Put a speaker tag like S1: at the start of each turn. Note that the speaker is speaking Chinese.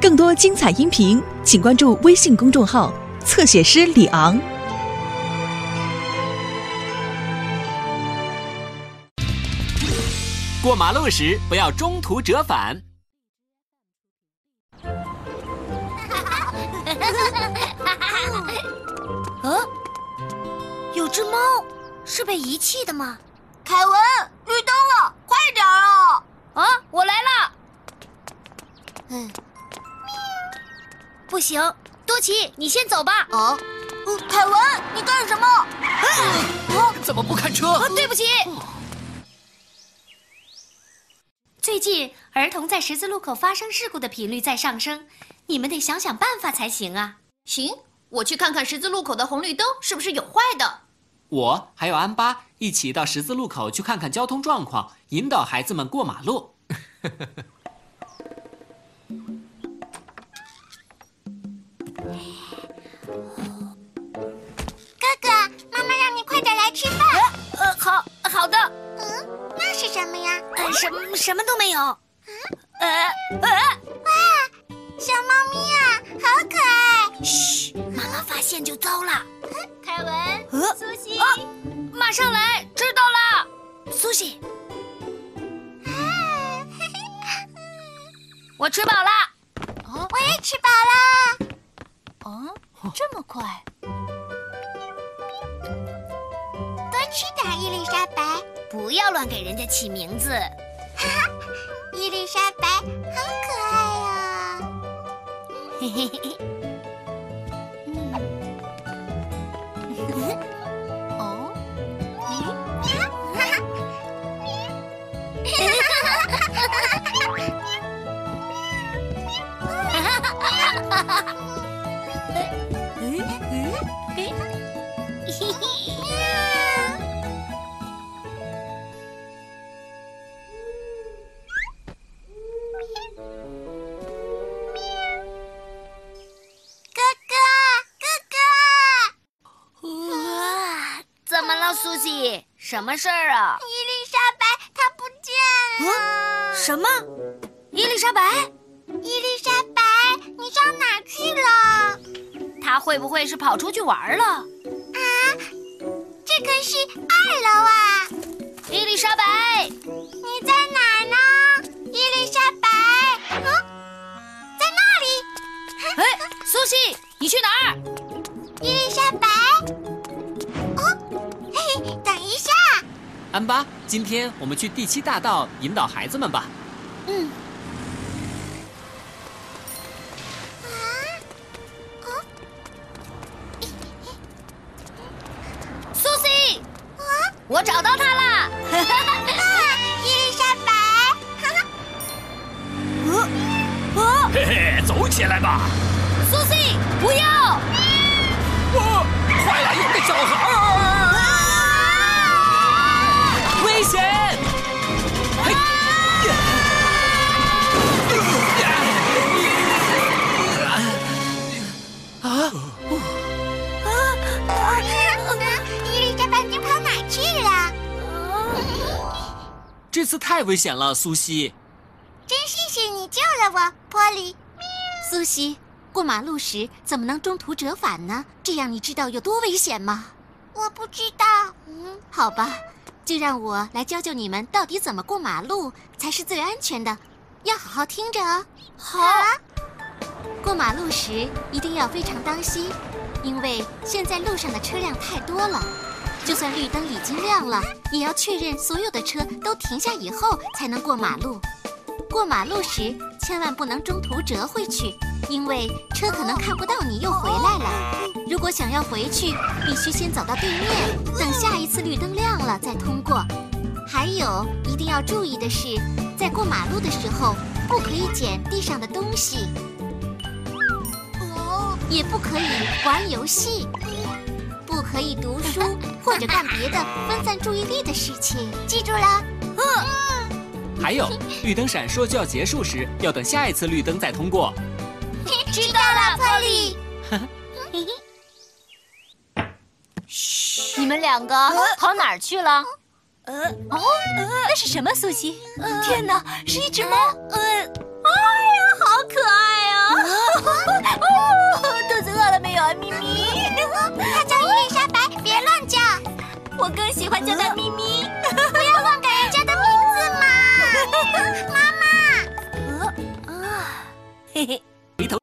S1: 更多精彩音频，请关注微信公众号“侧写师李昂”。
S2: 过马路时不要中途折返。
S3: 啊，有只猫是被遗弃的吗？
S4: 凯文，绿灯了，快点儿啊！
S3: 啊，我来了！
S4: 嗯，
S3: 不行，多奇，你先走吧。
S4: 哦，嗯凯文，你干什么？
S5: 怎么不看车？
S3: 啊，对不起。最近儿童在十字路口发生事故的频率在上升，你们得想想办法才行啊！
S6: 行，我去看看十字路口的红绿灯是不是有坏的。
S2: 我还有安巴一起到十字路口去看看交通状况，引导孩子们过马路。
S4: 哥哥，妈妈让你快点来吃饭。
S3: 呃，好好的，
S4: 嗯，那是什么呀？嗯
S3: 呃，什么什么都没有。呃，
S4: 小猫咪啊，好可爱！嗯
S3: 嘘，妈妈发现就糟了。
S6: 凯文，
S3: 呃，
S6: 苏西，
S3: 马上来，知道了。苏西，
S4: 啊
S3: 我吃饱了。
S4: 哦我也吃饱哦啦。
S6: 这么快？
S4: 多吃点，伊丽莎白。
S3: 不要乱给人家起名字。
S4: 伊丽莎白好可爱啊呀、
S3: 嘿嘿嘿嘿，
S6: 哦，
S4: 哥哥，
S3: 哇，怎么了，苏西？什么事儿啊？
S4: 哥哥，伊丽莎白她不见了。
S3: 什么？伊丽莎白，
S4: 伊丽莎白，你上哪儿去了？
S3: 她会不会是跑出去玩了？
S4: 啊这可是二楼啊！
S3: 伊丽莎白，哎
S4: 你在哪儿呢？伊丽莎白，嗯，在那里。
S3: 哎，苏西，你去哪儿？
S4: 伊丽莎白，哦，嘿嘿，等一下，
S2: 安巴，今天我们去第七大道引导孩子们吧。
S3: 嗯，苏西，我找到她啦！
S4: 啊，伊丽莎白， 哈哈，
S3: 哦，
S5: 嘿嘿，走起来吧！
S3: 苏西，不要！
S5: 哇，快来，有个小孩儿！
S2: 危险！
S4: 哦伊丽莎白，你跑哪儿去哦了？
S2: 这次太危险了，苏西。
S4: 真谢谢你救了我，波利。
S3: 苏西，过马路时怎么能中途折返呢？这样你知道有多危险吗？
S4: 我不知道，嗯，
S3: 好吧，就让我来教教你们到底怎么过马路才是最安全的，要好好听着哦。好。过马路时一定要非常当心，因为现在路上的车辆太多了，就算绿灯已经亮了，也要确认所有的车都停下以后才能过马路。过马路时千万不能中途折回去，因为车可能看不到你又回来了。如果想要回去，必须先走到对面，等下一次绿灯亮了再通过。还有一定要注意的是，在过马路的时候，不可以捡地上的东西，
S4: 哦，
S3: 也不可以玩游戏，不可以读书或者干别的分散注意力的事情。
S4: 记 住了。
S2: 还有，绿灯闪烁就要结束时，要等下一次绿灯再通过。
S4: 知道了，波利。
S6: 你们两个跑哪儿去了？
S3: 那是什么，苏西？天哪，是一只猫！呃，我更喜欢叫它咪咪。
S4: 不要忘给人家的 名字嘛！妈妈，
S3: 嘿嘿，